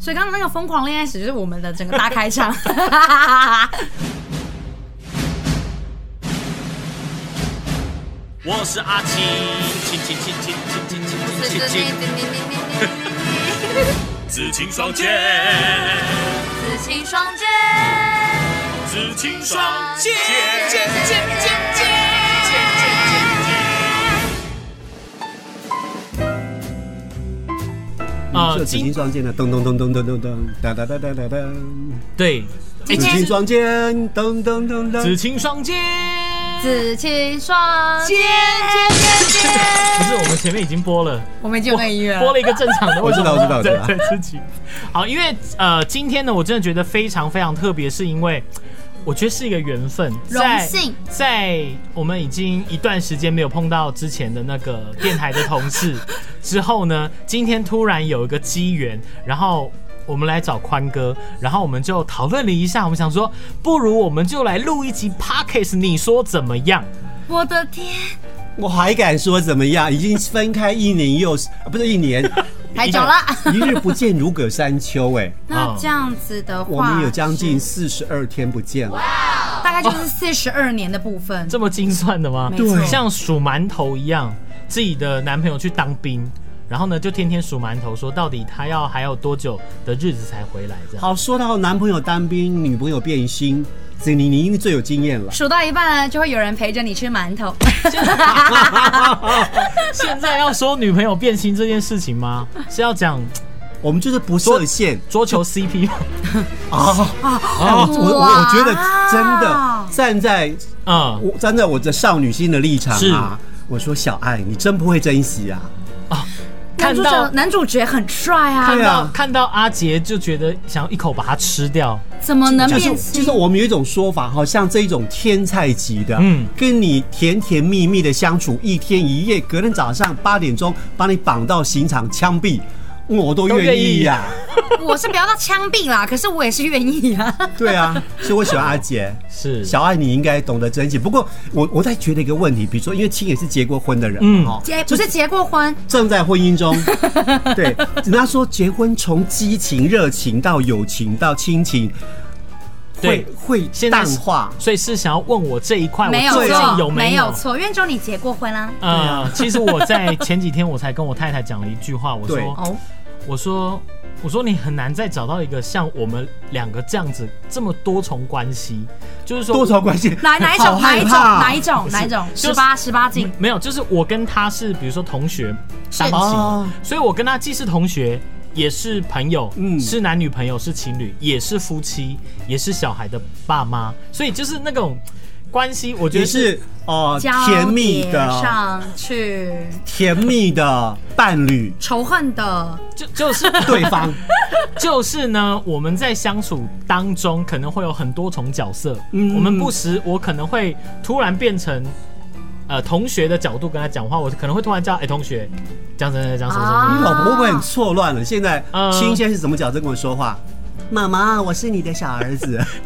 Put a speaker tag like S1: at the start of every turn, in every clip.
S1: 所以刚刚那个疯狂恋爱史就是我们的整个大开场。
S2: 我是阿青，青青青青青青青青青，紫青双剑，
S3: 紫青双剑，
S2: 紫青双剑。
S3: 剑剑剑剑
S2: 啊啊
S4: 就啊嗯紫金双剑的咚咚咚咚咚咚咚，哒哒哒哒哒哒。
S2: 对，哎
S4: 紫金双剑，咚咚咚
S2: 紫
S4: 咚。
S2: 青双剑。
S1: 紫青双剑，
S2: 不是，我们前面已经播了，
S1: 我们已经有那个音乐
S2: 播
S1: 了
S2: 了。一个正常 的，
S4: 啊我知道
S2: 为什么
S4: 我知道我知道
S2: 对对，自己。好，因为呃，今天呢，我真的觉得非常非常特别，是因为我觉得是一个缘分，
S1: 荣
S2: 在
S1: 幸
S2: 在我们已经一段时间没有碰到之前的那个电台的同事 之后呢，今天突然有一个机缘，然后。我们来找宽哥，然后我们就讨论了一下，我们想说，不如我们就来录一集 podcast，你说怎么样？
S1: 我的天，
S4: 我还敢说怎么样？已经分开一年又是，啊不是一年，
S1: 太久了。
S4: 一日不见如隔三秋。哎，
S1: 那这样子的话，
S4: 我们有将近四十二天不见了。
S1: 大概就是四十二年的部分。
S2: 这么精算的吗？
S1: 没错对
S2: 像数馒头一样，自己的男朋友去当兵，然后呢就天天数馒头，说到底他要还有多久的日子才回来？这样，
S4: 好，说到男朋友当兵，女朋友变心，子宁你一定最有经验了。
S1: 数到一半呢，就会有人陪着你吃馒头。
S2: 现在要说女朋友变心这件事情吗？是要讲
S4: 我们就是不设限
S2: 桌球 CP 吗？
S4: 啊！我我我觉得真的站在
S2: 嗯，
S4: 我站在我的少女心的立场啊，我说小爱，你真不会珍惜啊！
S1: 男主
S2: 看到
S1: 角男主角很帅啊
S2: 看，
S4: 对
S2: 到、
S4: 啊
S2: 看到阿杰就觉得想要一口把它吃掉，
S1: 怎么能
S4: 就
S1: 变
S4: 是
S1: 心？
S4: 就是我们有一种说法，好像这种天菜级的，
S2: 嗯
S4: 嗯，跟你甜甜蜜蜜的相处一天一夜，隔天早上八点钟把你绑到刑场枪毙，嗯我都
S2: 都愿
S4: 愿
S2: 意
S4: 意呀、
S1: 我是不要到枪毙啦，可是我也是愿意啊。
S4: 对啊，所以我喜欢阿杰。
S2: 是
S4: 小爱，你应该懂得珍惜。不过我我在觉得一个问题，比如说，因为青也是结过婚的人，
S2: 嗯
S4: 嗯，哦，
S1: 结不是结过婚，
S4: 正在婚姻中， 对，人家说结婚从激情、热情到友情到亲情，
S2: 对
S4: 会会
S2: 现在
S4: 淡
S2: 是
S4: 化。
S2: 所以是想要问我这一块，我
S1: 没有
S2: 最近
S1: 错，
S2: 有没有？
S1: 错，因为只有你结过婚啊。
S2: 嗯，其实我在前几天我才跟我太太讲了一句话，我
S4: 对
S2: 说
S1: 哦，
S2: 我说，我说你很难再找到一个像我们两个这样子这么多重关系，就是说
S4: 多重关系，
S1: 哪哪一
S4: 好
S1: 种？哪
S4: 害
S1: 一种？
S4: 怕
S1: 哪一种？哪一种？
S2: 就是
S1: 十八十八禁，
S2: 嗯没有，就是我跟他是比如说同学当起
S4: 哦
S2: 所以我跟他既是同学，也是朋友，
S4: 嗯
S2: 是男女朋友，是情侣，也是夫妻，也是小孩的爸妈，所以就是那种关系，我觉
S4: 就
S2: 得
S4: 是哦、
S1: 交
S4: 甜蜜
S1: 叠
S4: 的、
S1: 上去，
S4: 甜蜜的伴侣，
S1: 仇恨的，
S2: 就就是
S4: 对 方
S2: 就是呢，我们在相处当中可能会有很多重角色，
S4: 嗯
S2: 我们不时我可能会突然变成。呃，同学的角度跟他讲话，我可能会突然叫哎、同学，讲什么讲什么什么
S1: 啊
S2: 什么
S4: 老婆哦会不会很错乱了？现在
S2: 嗯
S4: 青先是怎么讲？在跟我说话，妈妈，我是你的小儿子。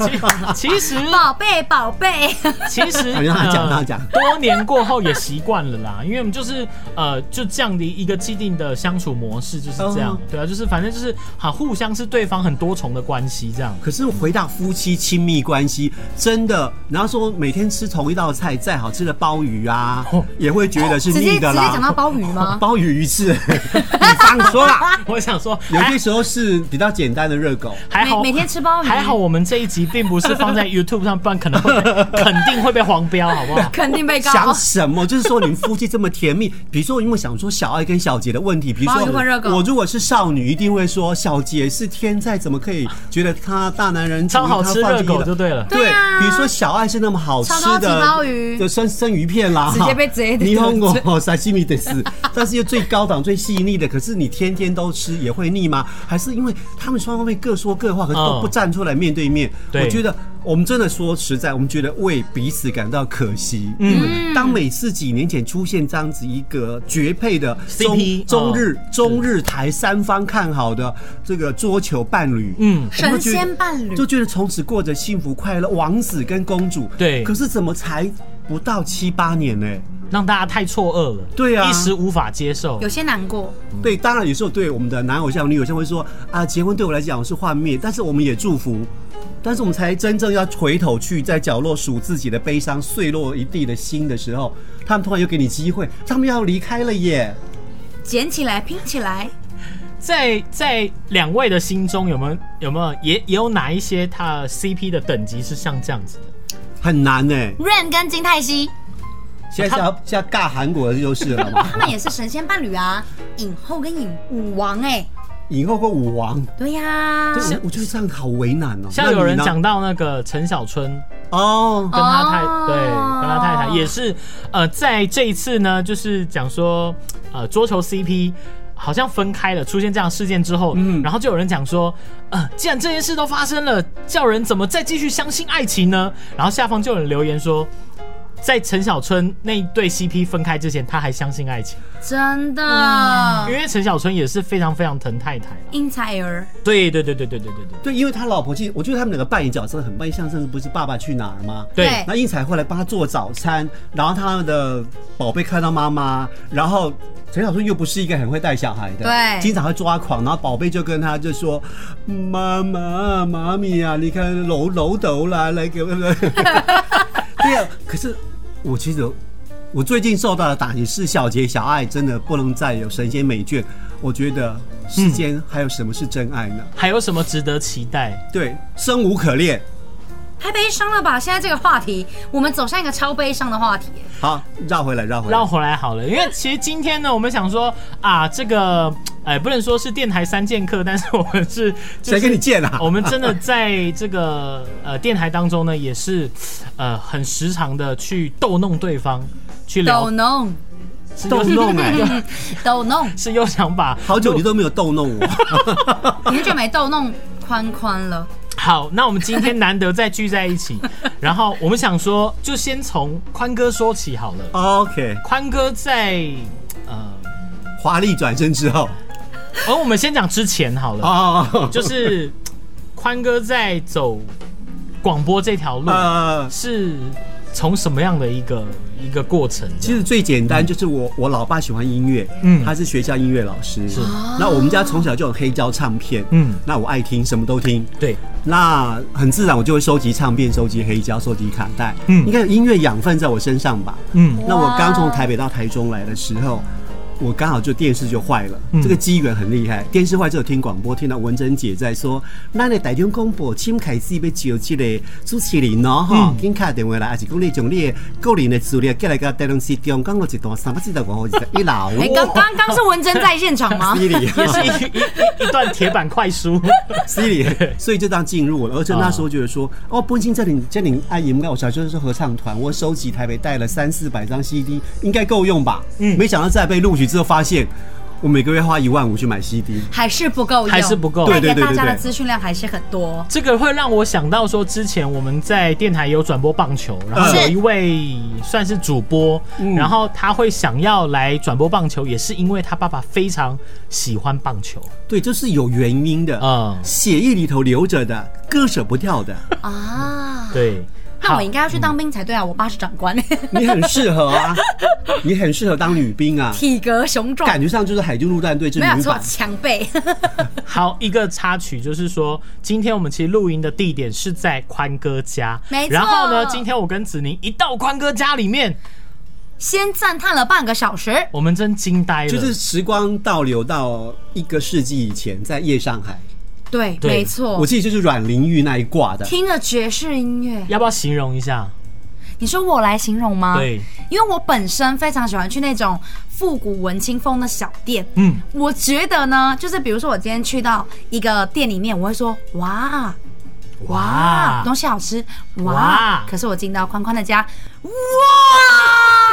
S2: 其其实
S1: 宝贝宝贝，
S2: 其实呃
S4: 啊 好让他讲让他讲
S2: 多年过后也习惯了啦，因为我们就是呃，就这样的一个既定的相处模式就是这样
S4: 哦，
S2: 对啊，就是反正就是很互相是对方很多重的关系这样。
S4: 可是回到夫妻亲密关系，真的，然后说每天吃同一道菜，再好吃的鲍鱼啊，
S2: 哦
S4: 也会觉得是
S1: 哦直接
S4: 腻
S1: 直接
S4: 的啦。
S1: 讲到鲍鱼吗？
S4: 鲍鱼 鱼翅，你刚说啦，
S2: 我想说，
S4: 有
S2: 还
S4: 些时候是比较简单的热狗。
S2: 还好
S1: 每每天吃鲍鱼
S2: 还好我们这一集并不是 放在 YouTube 上，不然可能会被肯定会被黄标，好不 好？
S1: 肯定被告
S4: 想。什么？就是说你们夫妻这么甜 蜜，比如说，因为想说小爱跟小杰的问题，比如
S1: 鲍鱼或热狗
S4: 说我如果是少女，一定会说小杰是天才，怎么可以觉得他大男人主义
S2: 超好吃
S4: 他放
S2: 热
S4: 弃
S2: 狗
S4: 了
S2: 就对了。
S1: 对啊
S4: 比如说小爱是那么好吃
S1: 超高级
S4: 的
S1: 鲍鱼
S4: 就生生鱼片啦，
S1: 直接被直接
S4: 霓虹果沙哦西米的是，但是又最高档、最细腻的，可是你天天都吃也会腻吗？还是因为他们双方面各说各话，可是
S2: 嗯
S4: 都不站出来面对面？
S2: 对
S4: 我觉得我们真的说实在，我们觉得为彼此感到可惜。嗯，当每次几年前出现这样子一个绝配的
S2: CP
S4: 中中
S1: 哦
S4: 日
S2: 嗯
S4: 中日台三方看好的这个桌球伴侣，
S2: 嗯
S4: 我们会觉得
S1: 神仙伴侣
S4: 就觉得从此过着幸福快乐，王子跟公主。
S2: 对
S4: 可是怎么才不到七八年呢、
S2: 让大家太错愕了，
S4: 对啊
S2: 一时无法接受
S1: 有。些难过，
S4: 对，当然有时候对我们的男偶像、女偶像会说啊，结婚对我来讲是幻灭，但是我们也祝福，但是我们才真正要回头去在角落数自己的悲伤碎落一地的心的时候，他们突然又给你机会，他们要离开了耶。
S1: 捡起来，拼起来。
S2: 在在两位的心中有没有有没有也也有哪一些他的 CP 的等级是像这样子的？
S4: 很难呢、
S1: Rain 跟金泰熙，
S4: 现在是要现在尬韩国的就是了嘛，
S1: 他 们也是神仙伴侣啊，影后跟影舞王哎、
S4: 影后跟舞王，
S1: 对呀、
S4: 对，我我觉得这样好为难哦、
S2: 像
S4: 那
S2: 有
S4: 你
S2: 人
S4: 呢
S2: 讲到那个陈小春，
S4: 哦，
S2: 跟他太、
S1: 哦
S2: 对，跟他太太也是，呃，在这一次呢，就是讲说，呃，桌球 CP 好像分开了，出现这样的事件之后，
S4: 嗯
S2: 然后就有人讲说，呃，既然这件事都发生了，叫人怎么再继续相信爱情呢？然后下方就有人留言说。在陈小春那一对 CP 分开之前，他还相信爱情，
S1: 真的、嗯
S4: 嗯
S2: 因为陈小春也是非常非常疼太太。
S1: 因采儿
S2: 对对对对对对对对
S4: 对，因为他老婆其实我觉得他们两个扮演角色很棒，像甚至不是《爸爸去哪儿》吗？
S2: 对
S1: 对
S4: 那应采后来帮他做早餐，然后他们的宝贝看到妈妈，然后陈小春又不是一个很会带小孩的，
S1: 对
S4: 经常会抓狂，然后宝贝就跟他就说：“妈妈，妈咪啊，你看楼楼斗啦，来给我。”对啊，可是我其实我最近受到的打击是小杰小爱真的不能再有神仙美眷，我觉得世间还有什么是真爱呢？
S2: 还有什么值得期待？
S4: 对，生无可恋。
S1: 太悲伤了吧？现在这个话题，我们走向一个超悲伤的话题。
S4: 好，绕回来，绕回来，
S2: 绕回来好了，因为其实今天呢，我们想说啊，这个哎、不能说是电台三剑客，但是我们是就
S4: 谁
S2: 是哦
S4: 跟你见啊？
S2: 我们真的在这个呃电台当中呢，也是呃很时常的去逗弄对方，去聊
S1: 斗弄，
S2: 是又
S4: 逗弄哎、
S1: 斗弄，
S2: 是又想把
S4: 好久你都没有逗弄我，
S1: 你很久没斗弄宽宽了。
S2: 好，那我们今天难得再聚在一起，然后我们想说，就先从宽哥说起好了。
S4: OK，
S2: 宽哥在呃，
S4: 华丽转身之后，
S2: 而、我们先讲之前好了。
S4: 哦，
S2: 就是是宽哥在走广播这条路，
S4: 呃，
S2: 是从什么样的一个一个过程？
S4: 其实最简单就是我我老爸喜欢音乐，
S2: 嗯
S4: 嗯，他是学校音乐老师，
S2: 是
S4: 那我们家从小就有黑胶唱片，
S2: 嗯
S4: 嗯，那我爱听，什么都听，
S2: 对，
S4: 那很自然我就会收集唱片、收集黑胶、收集卡带，
S2: 嗯
S4: 嗯，应该有音乐养分在我身上吧，
S2: 嗯
S4: 那我刚从台北到台中来的时候，我刚好就电视就坏了，
S2: 嗯
S4: 这个机缘很厉害。电视坏之后听广播，听到文珍姐在说，那你台中广播新开始要招这个主持人咯，
S2: 嗯，
S4: 哈哦紧打电话来，还是讲你将你的个人的资料寄来个台中市中港路一段三百四十五号二十一楼。？
S1: 哎、刚刚刚是文珍在现场吗
S4: Siri，
S2: 也是一一一一段铁板快书。
S4: Siri，所以就这样进入了。而且那时候觉得说，
S1: 啊
S4: 哦，本身这里这里爱应该，我小时候是合唱团，我收集台北带了三四百张 CD，应该够用吧？
S2: 嗯
S4: 没想到在被录取之后发现，我每个月花一万五去买 CD。
S1: 还是不够用，
S2: 还是不够
S1: 带给
S4: 对对对
S1: 大家
S4: 对
S1: 的
S4: 对
S1: 资讯量还是很多。
S2: 这个会让我想到说，之前我们在电台有转播棒球，然后
S4: 嗯
S2: 有一位算是主播，
S4: 嗯
S2: 然后他会想要来转播棒球，也是因为他爸爸非常喜欢棒球。
S4: 对，就是有原因的，
S2: 嗯，
S4: 血液里头流着的，割舍不掉的。
S1: 啊，
S2: 对。
S1: 那
S2: 好
S1: 我应该要去当兵才对啊！我爸是长官，
S4: 你很适合啊，你很适合当女兵啊，
S1: 体格雄壮，
S4: 感觉上就是海军陆战队这
S1: 没有
S4: 女
S1: 错，
S4: 版。
S1: 强背。
S2: 好，一个插曲就是说，今天我们其实录音的地点是在宽哥家，
S1: 没错
S2: 然后呢，今天我跟子宁一到宽哥家里面，
S1: 先赞叹了半个小时，
S2: 我们真惊呆了。
S4: 就是时光倒流到一个世纪以前，在夜上海，
S1: 对，
S2: 对
S1: 没错
S4: 我。记得就是阮玲玉那一挂的，
S1: 听了爵士音乐，
S2: 要不要形容一下？
S1: 你说我来形容吗？
S4: 啊
S2: 对，
S1: 因为我本身非常喜欢去那种复古文青风的小店。
S2: 嗯，
S1: 我觉得呢，就是比如说我今天去到一个店里面，我会说哇哇
S2: 哇，
S1: 东西好吃哇，
S2: 哇
S1: 可是我进到宽宽的家，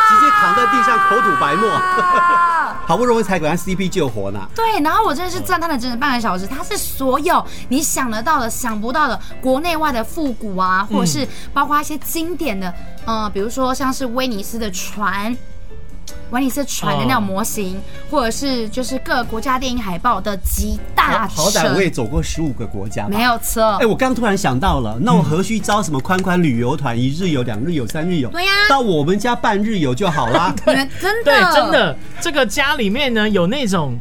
S4: 直接躺在地上口吐白沫，，
S1: 哇
S4: 好不容易才把他 CP 救活呢。
S1: 对，然后我真的是赞叹了整整半个小时，它是所有你想得到的、想不到的国内外的复古啊，
S2: 嗯
S1: 或者是包括一些经典的，呃，比如说像是威尼斯的船。玩你是船的那种模
S2: 哦
S1: 型，或者是就是各个国家电影海报的集大
S4: 好歹我
S1: 成
S4: 也，走过十五个国家吧，
S1: 没有错
S4: 哎、。我刚突然想到了，那我何须招什么宽宽旅游团，一日游、两日游、三日游？
S1: 对呀
S4: 到我们家办日游就好 啦。
S1: 你们真的
S2: 对，真的，这个家里面呢有那种，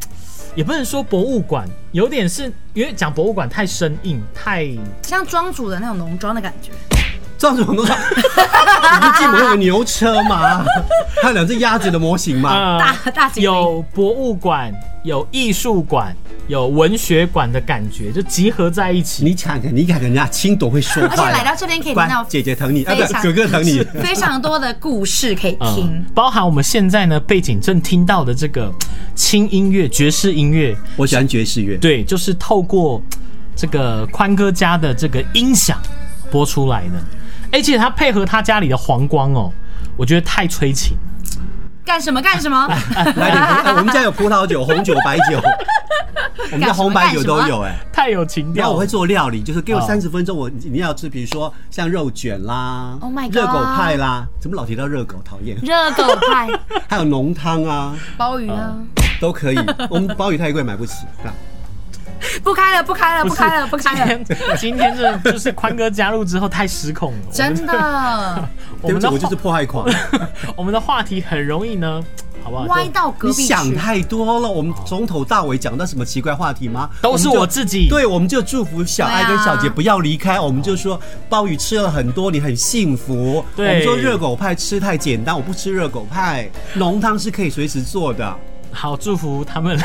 S2: 也不能说博物馆，有点是因为讲博物馆太生硬，太
S1: 像庄主的那种农庄的感觉，
S4: 这样子我们都说，你不进门有个牛车吗？还有两只鸭子的模型吗？
S2: 呃
S1: 大大景
S2: 有博物馆，有艺术馆，有文学馆的感觉，就集合在一起。
S4: 你看看，你看看，人家青朵会说
S1: 而且
S2: 啊
S4: 话
S1: 来
S4: 呀。
S1: 到这边可以听
S4: 乖
S1: 到，
S4: 姐姐疼你，啊，
S1: 非
S4: 不，
S1: 常
S4: 哥哥疼你。
S1: 非常多的故事可以听
S2: 嗯。，包含我们现在呢背景正听到的这个轻音乐、爵士音乐，
S4: 我喜欢爵士乐，
S2: 对，就是透过这个宽哥家的这个音响播出来的，而且他配合他家里的黄光哦，我觉得太催情。
S1: 干什么干什 么？
S4: 来点葡，哎我们家有葡萄酒、红酒、白 酒，我们家红白酒都有哎。
S2: 太有情
S4: 然
S2: 调
S4: 后
S2: 了，
S4: 我会做料理，就是给我
S2: 哦
S4: 三十分钟，我你要吃，比如说像肉卷啦
S1: Oh my god
S4: 热狗派啦，怎么老提到热狗，讨厌。
S1: 热狗派、
S4: 还有浓汤啊，
S1: 鲍鱼啊，
S4: 都 可以。我们鲍鱼太贵，买不起。啊
S1: 不开了，不开了，不
S2: 不是
S1: 开了，不开了，
S2: 今天今天这就是宽哥加入之后太失控了，
S1: 真 的
S2: 我
S4: 对不
S2: 们
S4: 起，
S2: 的
S4: 我就是
S2: 话
S4: 破 坏狂。
S2: 我们的话题很容易呢，好不好？
S1: 歪
S2: 就
S1: 到隔
S4: 你
S1: 壁去。
S4: 想太多了。我们从头到尾讲到什么奇怪话题吗？
S2: 都是
S4: 们就
S2: 我自己
S4: 对，我们就祝福小爱跟小杰
S1: 对啊
S4: 不要离开。我们就说鲍鱼吃了很多，你很幸福。
S2: 对
S4: 我们说热狗派吃太简单，我不吃热狗派。浓汤是可以随时做的。
S2: 好祝福他们，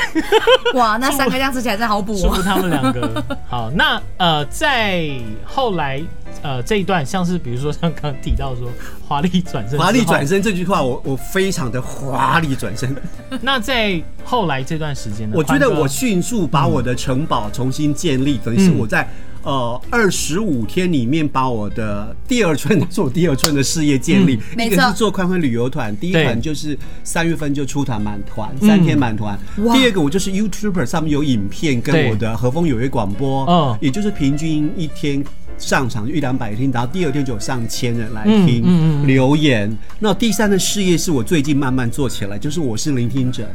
S1: 哇，那三个这样吃起来真好补
S2: 祝福
S1: 哦。
S2: 他们两个。 好，那呃，在后来呃这一段，像是比如说像刚刚提到说华丽转身，
S4: 华丽转，身这句话，我我非常的华丽转身。
S2: 那在后来这段时间呢，
S4: 我觉得
S2: 宽哥嗯
S4: 我迅速把我的城堡重新建立，等于是我在呃二十五天里面把我的第二春做第二春的事业建立。
S1: 没
S4: 一
S1: 错
S4: 个是做宽宽旅游团，第一
S2: 嗯对嗯
S4: 团就是三月份就出团满团，三天满团。
S1: 哇
S4: 第二个我就是 YouTuber 上面有影片跟
S2: 对
S4: 我的和风有约广播，
S2: 嗯
S4: 也就是平均一天。上场就一两百听，然后第二天就有上千人来
S2: 嗯
S4: 听、
S2: 嗯嗯嗯
S4: 留言。那第三的事业是我最近慢慢做起来，就是我是聆听者，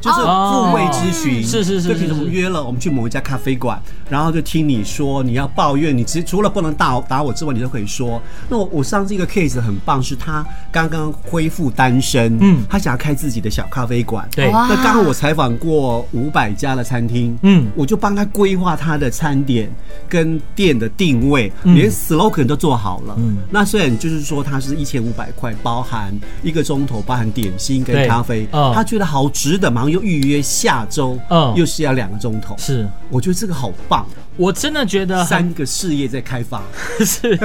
S4: 就是
S2: 哦
S4: 付费咨询，
S2: 是是是
S4: 就比
S2: 是是
S4: 如我们约了，我们去某一家咖啡馆，然后就听你说你要抱怨，你只除了不能打打我之外，你都可以说。那我我上次一个 case 很棒，是他刚刚恢复单身，
S2: 嗯
S4: 他想要开自己的小咖啡馆，
S2: 对
S1: 哇
S4: 那刚好我采访过五百家的餐厅，
S2: 啊嗯
S4: 我就帮他规划他的餐点跟店的定位，连 slogan 都做好了。
S2: 嗯
S4: 那虽然就是说它是一千五百块，包含一个钟头，包含点心
S2: 对
S4: 跟咖啡，
S2: 嗯
S4: 他觉得好值得，马上又预约下周，
S2: 嗯
S4: 又是要两个钟头。
S2: 是
S4: 我觉得这个好棒，
S2: 我真的觉得很
S4: 三个事业在开发，
S2: 是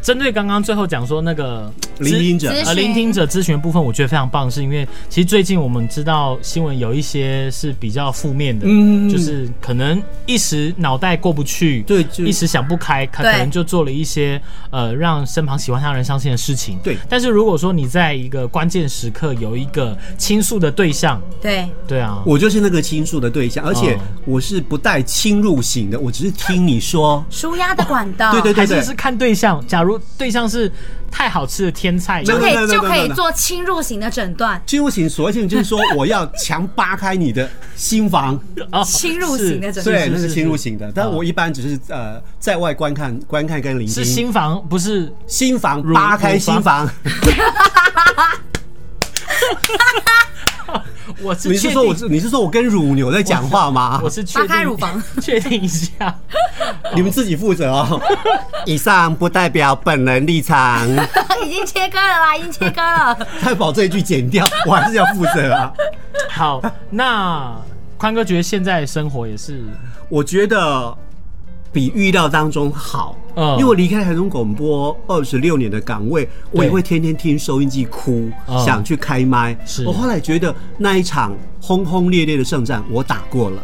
S2: 针对刚刚最后讲说那个
S4: 聆听者
S1: 咨询
S2: 呃，聆听者咨询的部分，我觉得非常棒，是因为其实最近我们知道新闻有一些是比较负面的，
S4: 嗯
S2: 就是可能一时脑袋过不去，
S4: 对就
S2: 一时想不开，可可
S1: 对
S2: 能就做了一些呃让身旁喜欢他的人伤心的事情。
S4: 对
S2: 但是如果说你在一个关键时刻有一个倾诉的对象，
S1: 对，
S2: 对啊，
S4: 我就是那个倾诉的对象，而且
S2: 嗯
S4: 我是不带侵入型的，我只是听你 说。
S1: 舒压的管道，
S4: 对对
S2: 还是是看对象，假如对象是太好吃的天菜，
S1: 就
S4: 没
S1: 可
S4: 对对
S1: 以
S4: 对
S1: 就
S4: 对
S1: 可以
S4: 对
S1: 做侵入型的诊断，
S4: 侵入型所谓性就是说，我要强扒开你的 心房，
S2: 哦
S1: 侵入型的诊
S2: 是
S4: 对，
S1: 断。
S4: 那是侵入。
S2: 是是
S4: 型的。但
S2: 啊
S4: 我一般只是呃在外观看、观看跟聆
S2: 是
S4: 听。
S2: 新房，不是
S4: 新房
S2: 乳
S4: 扒开
S2: 乳
S4: 新 房，
S2: 我是
S4: 你是
S2: 确
S4: 说
S2: 定
S4: 我是你是说我跟乳牛在讲话吗
S2: 我？是确
S1: 扒
S2: 定
S1: 开乳房，
S2: 确定一下。
S4: 你们自己负责 哦。以上不代表本人立场，
S1: 已经切割了啦，已经切割了。
S4: 太保这一句剪掉，我还是要负责啊。
S2: 好，那宽哥觉得现在的生活也是
S4: 我觉得比预料当中好，
S2: 嗯
S4: 因为我离开台中广播二十六年的岗位，我也会天天听收音机哭，
S2: 嗯
S4: 想去开麦
S2: 是。
S4: 我后来觉得那一场轰轰烈烈的圣战，我打过了。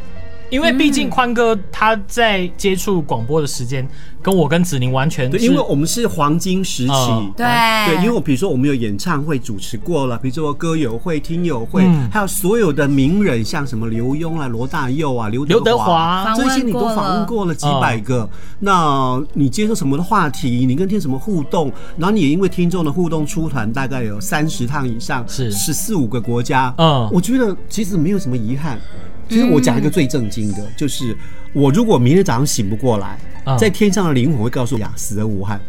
S2: 因为毕
S4: 嗯
S2: 竟宽哥他在接触广播的时间跟我跟子宁完全
S4: 对，
S2: 是
S4: 因为我们是黄金时期，
S2: 哦
S1: 对
S4: 对，因为我比如说我们有演唱会主持过了，比如说歌友会、听友会，
S2: 嗯
S4: 还有所有的名人，像什么刘墉啊、罗大佑啊、刘
S2: 刘德华
S4: 华，
S1: 访问
S4: 这些你都
S1: 过
S4: 访问
S1: 了
S4: 过了几百个。那你接受什么的话题？你跟听什么互动？然后你也因为听众的互动出团，大概有三十趟以上，
S2: 是
S4: 十四五个国家。
S2: 嗯
S4: 我觉得其实没有什么遗憾。其实我讲一个最震惊的，就是我如果明天早上醒不过来，
S2: 嗯
S4: 在天上的灵魂会告诉我呀，死而无憾。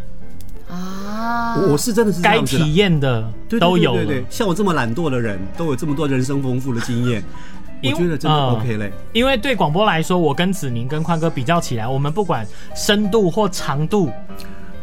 S1: 啊，
S4: 我我是真的是这
S2: 该
S4: 样子的
S2: 体验的
S4: 对对对
S2: 都有
S4: 对
S2: 了。
S4: 对对像我这么懒惰的人，都有这么多人生丰富的经验，我
S2: 因
S4: 觉得真的
S2: 嗯
S4: OK 嘞。
S2: 因为对广播来说，我跟子宁跟宽哥比较起来，我们不管深度或长度，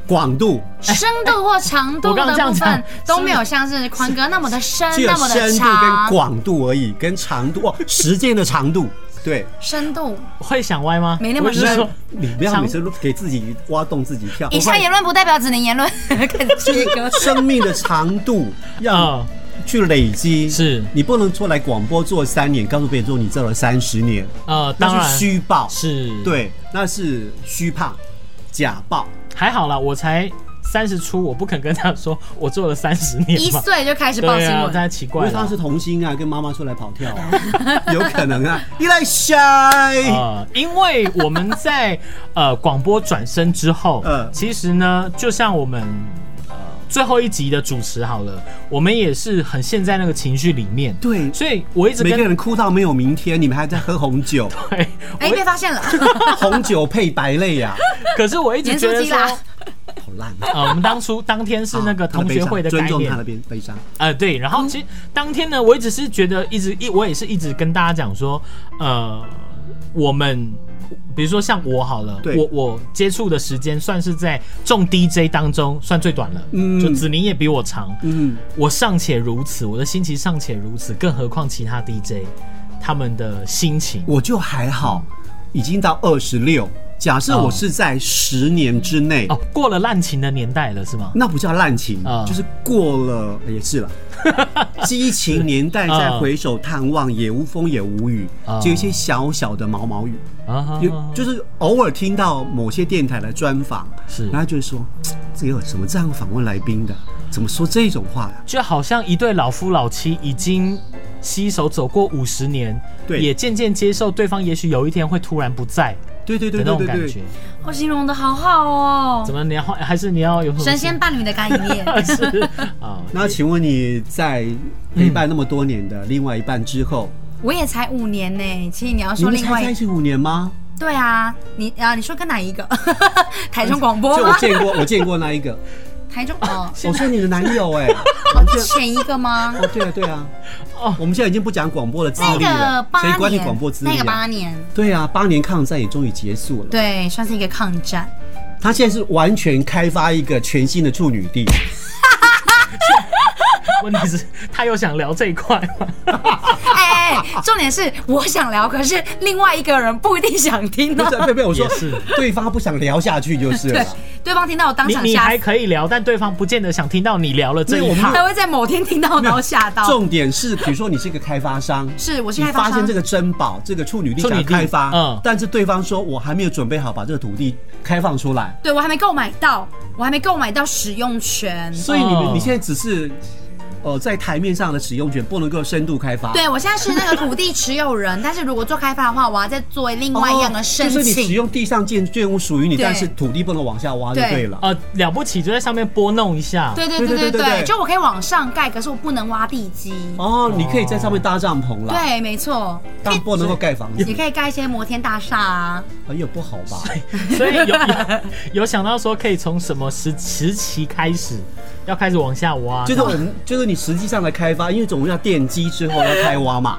S4: 广度
S1: 深度或长度
S2: 我刚
S1: 的
S2: 刚这样
S1: 部
S2: 讲
S1: 分都没有像是宽哥那么的深
S4: 只，有
S1: 那么的
S4: 深度跟
S1: 长，
S4: 广度而已，跟长度哦， 时间的长度，对。
S1: 深度
S2: 会想歪吗？
S1: 没那么
S2: 我只是
S1: 深
S2: 说
S4: 你不要
S2: 长
S4: 每次都给自己挖洞自己跳。
S1: 以上言论不代表只能言论， 开始
S4: 就
S1: 切
S4: 是
S1: 割。
S4: 生命的长 度要
S2: 嗯
S4: 去累积，
S2: 是
S4: 你不能出来广播做三年，告诉别人说你做了三十年，
S2: 呃，当
S4: 那
S2: 然
S4: 是虚报，
S2: 是，
S4: 对，那是虚胖、假报。
S2: 还好啦，我才三十出，我不肯跟他说我做了三十年
S1: 一
S2: 嘛。
S1: 岁就开始报
S2: 对
S1: 新
S2: 啊，
S1: 闻，
S2: 太奇
S4: 因
S2: 怪
S4: 为他
S2: 了
S4: 是。童星啊，跟妈妈出来跑跳 啊，有可能啊。一来晒，
S2: 呃， 因为我们在呃广播转身之后，
S4: 嗯
S2: 其实呢，就像我们呃最后一集的主持好了，我们也是很陷在那个情绪里面，
S4: 对，
S2: 所以我一直
S4: 每个
S2: 跟
S4: 人哭到没有明天，你们还在喝红酒，
S2: 对，
S1: 哎，被发现 了，
S4: 红酒配白泪啊呀、
S2: 可是我一直
S1: 严
S2: 觉
S1: 肃
S2: 得
S1: 基
S2: 说，
S1: 啦，
S4: 好烂啊！
S2: 呃，我们当初当天是那个
S4: 啊他的
S2: 同
S4: 悲
S2: 学
S4: 伤
S2: 会的
S4: 尊
S2: 概
S4: 重
S2: 念
S4: 他的，悲悲伤，
S2: 呃，对，然后其实当天呢，我一直是觉得一直一我也是一直跟大家讲说，呃，我们比如说像我好了，
S4: 对
S2: 我我接触的时间算是在众 DJ 当中算最短了，
S4: 嗯
S2: 就子宁也比我长，
S4: 嗯，
S2: 我尚且如此，我的心情尚且如此，更何况其他 DJ 他们的心情，
S4: 我就还好，已经到二十六。假设我是在十年之内，
S2: 哦，过了滥情的年代了是吗？
S4: 那不叫滥情，
S2: 啊
S4: 就是过了也是 了，激情年代再
S2: 啊
S4: 回首探望，也无风也无雨，
S2: 啊
S4: 只有一些小小的毛毛雨。
S2: 啊
S4: 嗯有就是偶尔听到某些电台的专访，
S2: 是
S4: 然后就会说，嘖这有什么这样访问来宾的？怎么说这种话呀、
S2: 就好像一对老夫老妻已经携手走过五十年，
S4: 对
S2: 也渐渐接受对方也许有一天会突然不在
S4: 对对
S2: 的
S4: 对
S2: 那
S4: 对
S2: 种
S4: 对
S2: 感
S4: 对
S2: 觉。
S1: 我形容的好好哦
S2: 怎，么你要还是你要有什么
S1: 神仙伴侣的概念，
S2: 是 啊？
S4: 那请问你在陪伴那么多年的另外一半之后，
S1: 我也才五年呢，其实你要
S4: 你
S1: 嗯说
S4: 们
S1: 另
S4: 才
S1: 外
S4: 在一
S1: 一，
S4: 起五年吗？
S1: 对啊，你啊，你说跟哪一个？ 台中广播
S4: 就我
S1: 吗？
S4: 见过，我 见过那一个，
S1: 台 中哦，
S4: 我说你的男友 哎、完全
S1: 前一个吗？
S4: 哦， 对啊对啊，
S2: 哦
S4: 我们现在已经不讲广播的资
S1: 那
S4: 历
S1: 个
S4: 了，
S1: 八
S4: 谁
S1: 年，
S4: 管你广播资历
S1: 那个八
S4: 啊？
S1: 年，
S4: 对啊，八年抗战也终于结束了。
S1: 对，算是一个抗战。
S4: 他现在是完全开发一个全新的处女 地。
S2: 问题是他又想聊这一块吗？
S1: 哎、哎，重点是我想聊，可是另外一个人不一定想听
S4: 不
S1: 哦
S4: 是，。贝贝，我说
S2: 也是
S4: 对方不想聊下去就是
S1: 对
S4: 了。，
S1: 对方听到我当
S2: 你
S1: 场
S2: 你
S1: 吓
S2: 还
S1: 死，
S2: 可以聊，但对方不见得想听到你聊了这
S4: 没有
S2: 一
S4: 我们
S2: 趴。
S1: 他会在某天听到然后吓到。
S4: 重点是，比如说你是一个开发商，
S1: 是，我是
S4: 你
S1: 开发
S4: 发现
S1: 商
S4: 这，个珍宝，这个处女地
S2: 处女
S4: 想
S2: 地
S4: 开发，
S2: 嗯
S4: 但是对方说我还没有准备好把这个土地开放出来，
S1: 对我还没购买到，我还没购买到使用权。
S4: 所以你
S2: 哦
S4: 们你现在只是，呃，在台面上的使用权不能够深度开发。
S1: 对我现在是那个土地持有人，但是如果做开发的话，我要再做另
S4: 哦，
S1: 外一样的申
S4: 就是你使
S1: 请。
S4: 用地上建建物属于你，
S1: 对
S4: 但是土地不能往下挖就
S1: 对
S4: 对了。
S2: 呃，了不起就在上面拨弄一下。
S1: 对对对
S4: 对
S1: 对
S4: 对对对
S1: 对，就我可以往上盖，可是我不能挖地基。
S4: 哦，你可以在上面搭帐篷啦，
S1: 对，没错，
S4: 但不能够盖房子
S1: 也，可以盖一些摩天大厦啊。
S4: 很有不好吧？
S2: 所以有 有有想到说可以从什么时时期开始，要开始往下挖，
S4: 就是
S2: 这样
S4: 我们，就是你实际上的开发，因为总要奠 基之后要开挖嘛。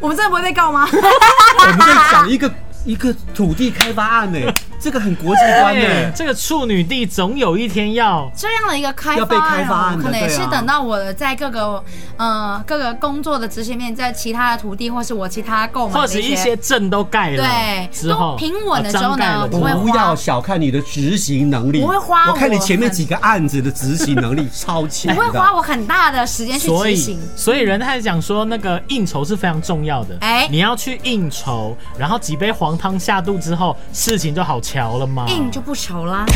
S1: 我们真的不会被告吗？
S4: 我们在讲一个一个土地开发案呢、这个很国际观呢、
S2: 对，这个处女地总有一天要
S1: 这样的一个开
S4: 要被
S1: 发
S4: 开发
S1: 案
S4: 案
S1: 哦，
S4: 的
S1: 可能也
S4: 对啊
S1: 是等到我的在各个呃各个工作的执行面，在其他的土地或是我其他购买
S2: 或
S1: 的
S2: 者一些镇都盖了，
S1: 对
S2: 之后
S1: 都平稳了之后呢
S2: 啊张盖了
S1: 我会花
S4: 不要小看你的执行能力，
S1: 我会花
S4: 我看你前面
S1: 我很
S4: 几个案子的执行能力超强
S1: 我
S4: 的，
S1: 会花我很大的时间去
S2: 所
S1: 执
S2: 以
S1: 行。，
S2: 所以人他讲说，那个应酬是非常重要的。
S1: 哎
S2: 你要去应酬，然后几杯黄汤下肚之后，事情就好瞧了嘛。啊
S1: 硬就不愁啦，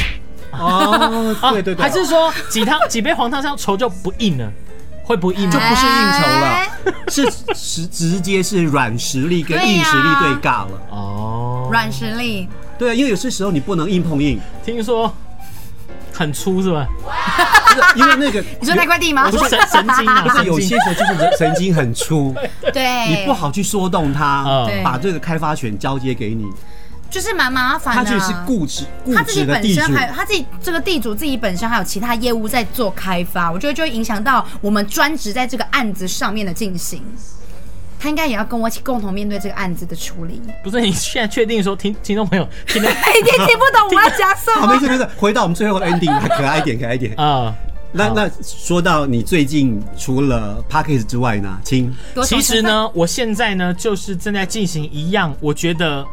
S4: 哦，对对对，
S2: 还是说 几汤几杯黄汤下愁就不硬了，会不硬
S4: 就
S2: 吗？
S4: 不是应酬
S1: 哎
S4: 了，是直直接是软实力跟硬实力对尬了。
S1: 啊
S2: 哦，
S1: 软实力。
S4: 对啊，因为有些时候你不能硬 碰硬，
S2: 听说很粗是吧？
S4: 不是因为那个
S1: 你说那块地吗
S2: 我？说神神经 啊，
S4: 不是
S2: 神
S4: 有
S2: 经
S4: 些时候就是人神经很粗，
S1: 对，
S4: 你不，好去说动它
S2: 嗯，
S4: 把这个开发权交接给你，
S1: 就是蛮麻烦的
S4: 他
S1: 啊。
S4: 其实是固执固
S1: 他自己
S4: 执的
S1: 本
S4: 地
S1: 身
S4: 主。
S1: 还有他自己这个地主自己本身还有其他业务在做开发，我觉得就会影响到我们专职在这个案子上面的进行。他应该也要跟我一起共同面对这个案子的处理。
S2: 不是你现在确定说听听众朋友听到
S1: 他一定听不懂我要讲什
S4: 好，
S1: 么。
S4: 啊没事没事，回到我们最后的 ending，可爱一点，可爱一点。
S2: 啊？
S4: 那
S2: 好
S4: 那说到你最近除了 p a c k a g e 之外呢，亲，
S1: 多重
S2: 其实
S1: 身份，
S2: 呢，我现在呢，就是正在进行一样，我觉得。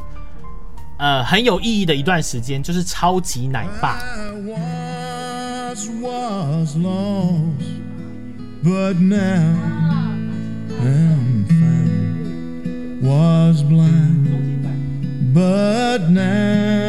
S2: 呃，很有意义的一段时间，就是超级奶爸。
S5: I once was lost, but now am found. Was blind, but now